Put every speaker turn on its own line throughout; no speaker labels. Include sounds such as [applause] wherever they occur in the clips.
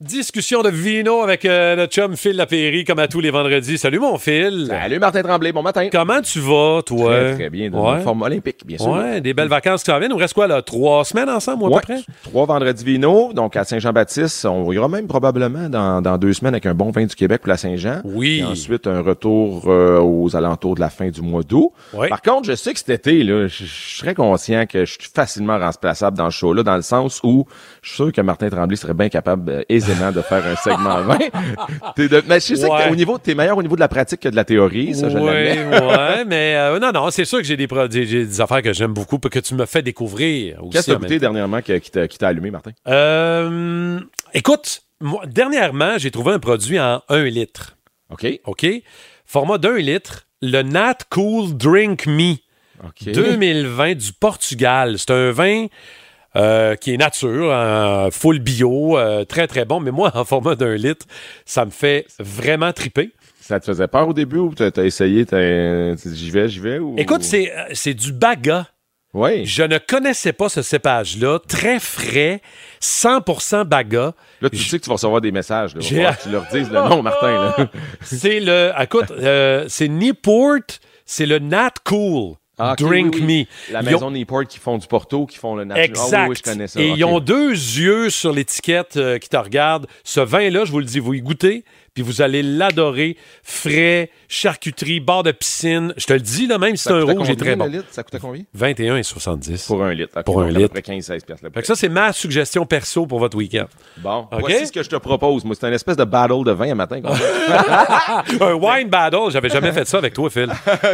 Discussion de vino avec euh, notre chum Phil Lapéry, comme à tous les vendredis. Salut, mon Phil.
Salut Martin Tremblay, bon matin.
Comment tu vas, toi?
Très, très bien, dans
Ouais.
la forme olympique, bien sûr.
Ouais, des belles vacances qui s'en viennent. Il nous reste quoi, là? Trois semaines ensemble, ou à
Ouais,
peu près?
Trois vendredis vino, donc à Saint-Jean-Baptiste, on ira même probablement dans, dans deux semaines avec un bon vin du Québec pour la Saint-Jean.
Oui.
Et ensuite, un retour euh, aux alentours de la fin du mois d'août.
Ouais.
Par contre, je sais que cet été, là, je je serais conscient que je suis facilement remplaçable dans le show-là, dans le sens où je suis sûr que Martin Tremblay serait bien capable euh, aisément de faire
[laughs]
un segment vin. T'es de- Mais je sais
Ouais.
que t'es, au niveau, t'es meilleur au niveau de la pratique que de la théorie, ça, je
oui,
l'admets.
[laughs] ouais, mais euh, non, non, c'est sûr que j'ai des, pro- des, j'ai des affaires que j'aime beaucoup, puis que tu me fais découvrir aussi.
Qu'est-ce que
en
t'as
même
goûté dernièrement que- qui t'a qui t'a allumé, Martin?
Euh, écoute, moi, dernièrement, j'ai trouvé un produit en 1 litre.
OK.
OK? Format d'un litre, le Nat Cool Drink Me
OK.
2020 du Portugal. C'est un vin euh, qui est nature, hein, full bio, euh, très très bon, mais moi, [laughs] en format d'un litre, ça me fait vraiment triper.
Ça te faisait peur au début ou t'as t'as essayé, t'as- t'as dit, j'y vais, j'y vais ou...
Écoute, c'est euh, c'est du baga.
Ouais.
Je ne connaissais pas ce cépage-là. Très frais, 100% baga.
Là, tu sais que tu vas recevoir des messages. Là, Va
J'ai-
falloir que tu leur dises le nom,
[laughs]
Martin. Là.
Ah, C'est le. Écoute, euh, c'est Newport, c'est le Nat Cool.
Ah, ok,
Drink
oui, oui.
Me.
La
Ils
maison Newport qui font du Porto, qui font le nature. Ah
Exact.
oui, oui, je connais ça.
Et
ok.
ils ont deux yeux sur l'étiquette euh, qui te regarde. Ce vin-là, je vous le dis, vous y goûtez, puis vous allez l'adorer. Frais, charcuterie, bar de piscine. Je te le dis, là, même si c'est
Ça
un
coûtait
rouge, il est
combien,
très
le
bon.
litre? Ça coûtait combien?
21 et 70.
Pour un litre. ok,
Pour
donc
un
à peu
litre.
près 15-16 piastres. la
Fait que
bouteille.
ça, c'est ma suggestion perso pour votre week-end.
Bon,
Ok. Ah,
voici ce que je te propose. Moi, c'est un espèce de battle de vin un matin. qu'on fait. Ah,
[laughs] Un wine battle, j'avais
[laughs]
jamais fait ça avec toi, Phil.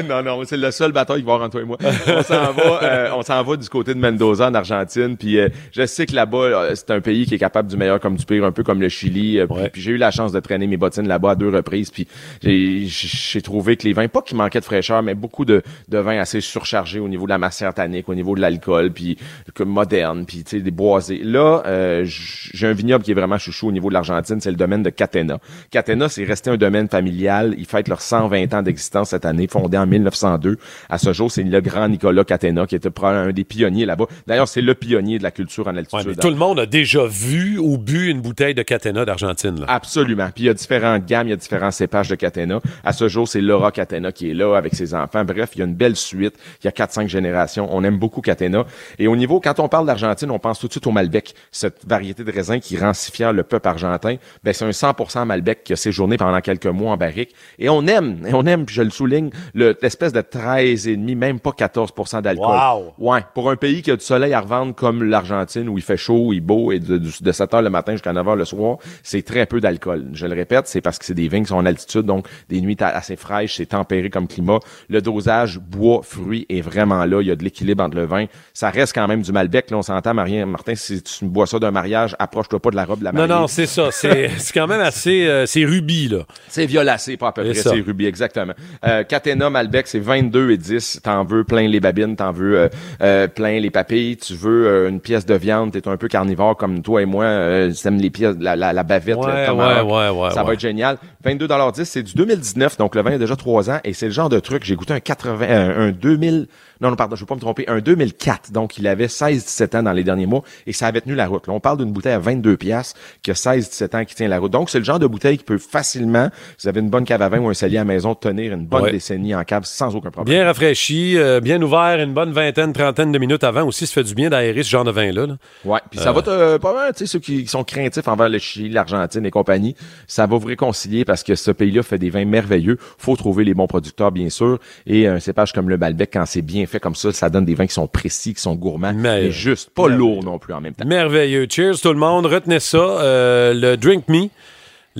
non, non, c'est le seul bataille qu'il va y avoir entre toi et moi. On s'en va, euh, on s'en va du côté de Mendoza en Argentine. Puis euh, je sais que là-bas, euh, c'est un pays qui est capable du meilleur comme du pire, un peu comme le Chili. euh, puis-
Ouais.
Puis j'ai eu la chance de traîner mes bottines là-bas à deux reprises. Puis j'ai- j'ai trouvé que les vins, pas qu'ils manquaient de fraîcheur, mais beaucoup de, de vins assez surchargés au niveau de la matière tannique, au niveau de l'alcool, puis que moderne, puis tu sais, des boisés. Là, euh, j- j'ai un vignoble qui est vraiment chouchou au niveau de l'Argentine, c'est le domaine de Catena. Catena, c'est resté un domaine familial. Ils fêtent leurs 120 ans d'existence cette année, fondé en 1902. À ce jour, c'est le grand Nicolas Catena qui était probablement un des pionniers là-bas. D'ailleurs, c'est le pionnier de la culture en altitude.
Ouais, mais tout le monde a déjà vu ou bu une bouteille de Catena d'Argentine. là.
Ah, Absolument. Puis il y a différentes gammes, il y a différents cépages de Catena. À ce jour, c'est Laura Catena qui est là avec ses enfants. Bref, il y a une belle suite. Il y a 4-5 générations. On aime beaucoup Catena. Et au niveau, quand on parle d'Argentine, on pense tout de suite au Malbec, cette variété de raisin qui rend si fier le peuple argentin. Ben, c'est un 100% Malbec qui a séjourné pendant quelques mois en barrique. Et on aime, et on aime, puis je le souligne, le- l'espèce de 13,5, même pas 14% d'alcool.
Wow!
Ouais, pour un pays qui a du soleil à revendre comme l'Argentine, où il fait chaud, il est beau, et de, du- de 7 heures le matin jusqu'à 9 heures le soir, c'est très peu d'alcool. Je le répète, c'est parce que c'est des vins qui sont en altitude, donc des nuits ta- assez fraîches, c'est tempéré comme climat. Le dosage bois, fruits est vraiment là. Il y a de l'équilibre entre le vin. Ça reste quand même du Malbec, là, on s'entend, Marien, Martin, si tu bois ça d'un mariage, approche-toi pas de la robe de la
Non,
mariée.
non, c'est ça. C'est c'est quand même assez. euh, c'est rubis, là.
C'est violacé, pas à peu
C'est
près,
ça.
c'est rubis, exactement. Euh, Catena, Malbec, c'est 22 et 10. T'en veux plein les babines, t'en veux euh, euh, plein les papilles, tu veux euh, une pièce de viande, t'es un peu carnivore comme toi et moi, euh, t'aimes les pièces, la, la, la bavette,
Ouais,
le tomahawk.
ouais, ouais, ouais,
ça
ouais.
va être génial. 22,10 c'est du 2019, donc le vin a déjà 3 ans, et c'est le genre de truc, j'ai goûté un 80, un, un 2000, non, non, pardon, je veux pas me tromper, un 2004, donc il avait 16-17 ans dans les derniers mois, et ça avait tenu la route. Là, on parle d'une bouteille à 22 piastres qui a 16-17 ans qui tient la route. Donc, c'est le genre de bouteille qui peut facilement, si vous avez une bonne cave à vin ou un cellier à la maison, tenir une bonne
Ouais.
décennie en cave sans aucun problème.
Bien rafraîchi, euh, bien ouvert, une bonne vingtaine, trentaine de minutes avant aussi, ça fait du bien d'aérer ce genre de vin-là. là.
Ouais, puis ça va te euh, pas mal, tu sais ceux qui qui sont craintifs envers le Chili, l'Argentine et compagnie, ça va vous réconcilier parce que ce pays-là fait des vins merveilleux. Faut trouver les bons producteurs bien sûr et un cépage comme le Malbec quand c'est bien fait comme ça, ça donne des vins qui sont précis, qui sont gourmands
Mais-
et juste pas lourds non plus en même temps.
Merveilleux. Cheers tout le monde. Retenez ça. euh, le Drink Me.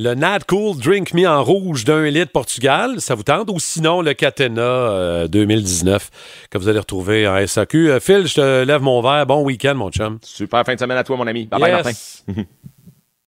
Le Nat Cool Drink Me en rouge d'un litre Portugal, ça vous tente? Ou sinon le Catena euh, 2019 que vous allez retrouver en SAQ. Euh, Phil, je te lève mon verre. Bon week-end, mon chum.
Super fin de semaine à toi mon ami. Bye bye
Yes.
Martin.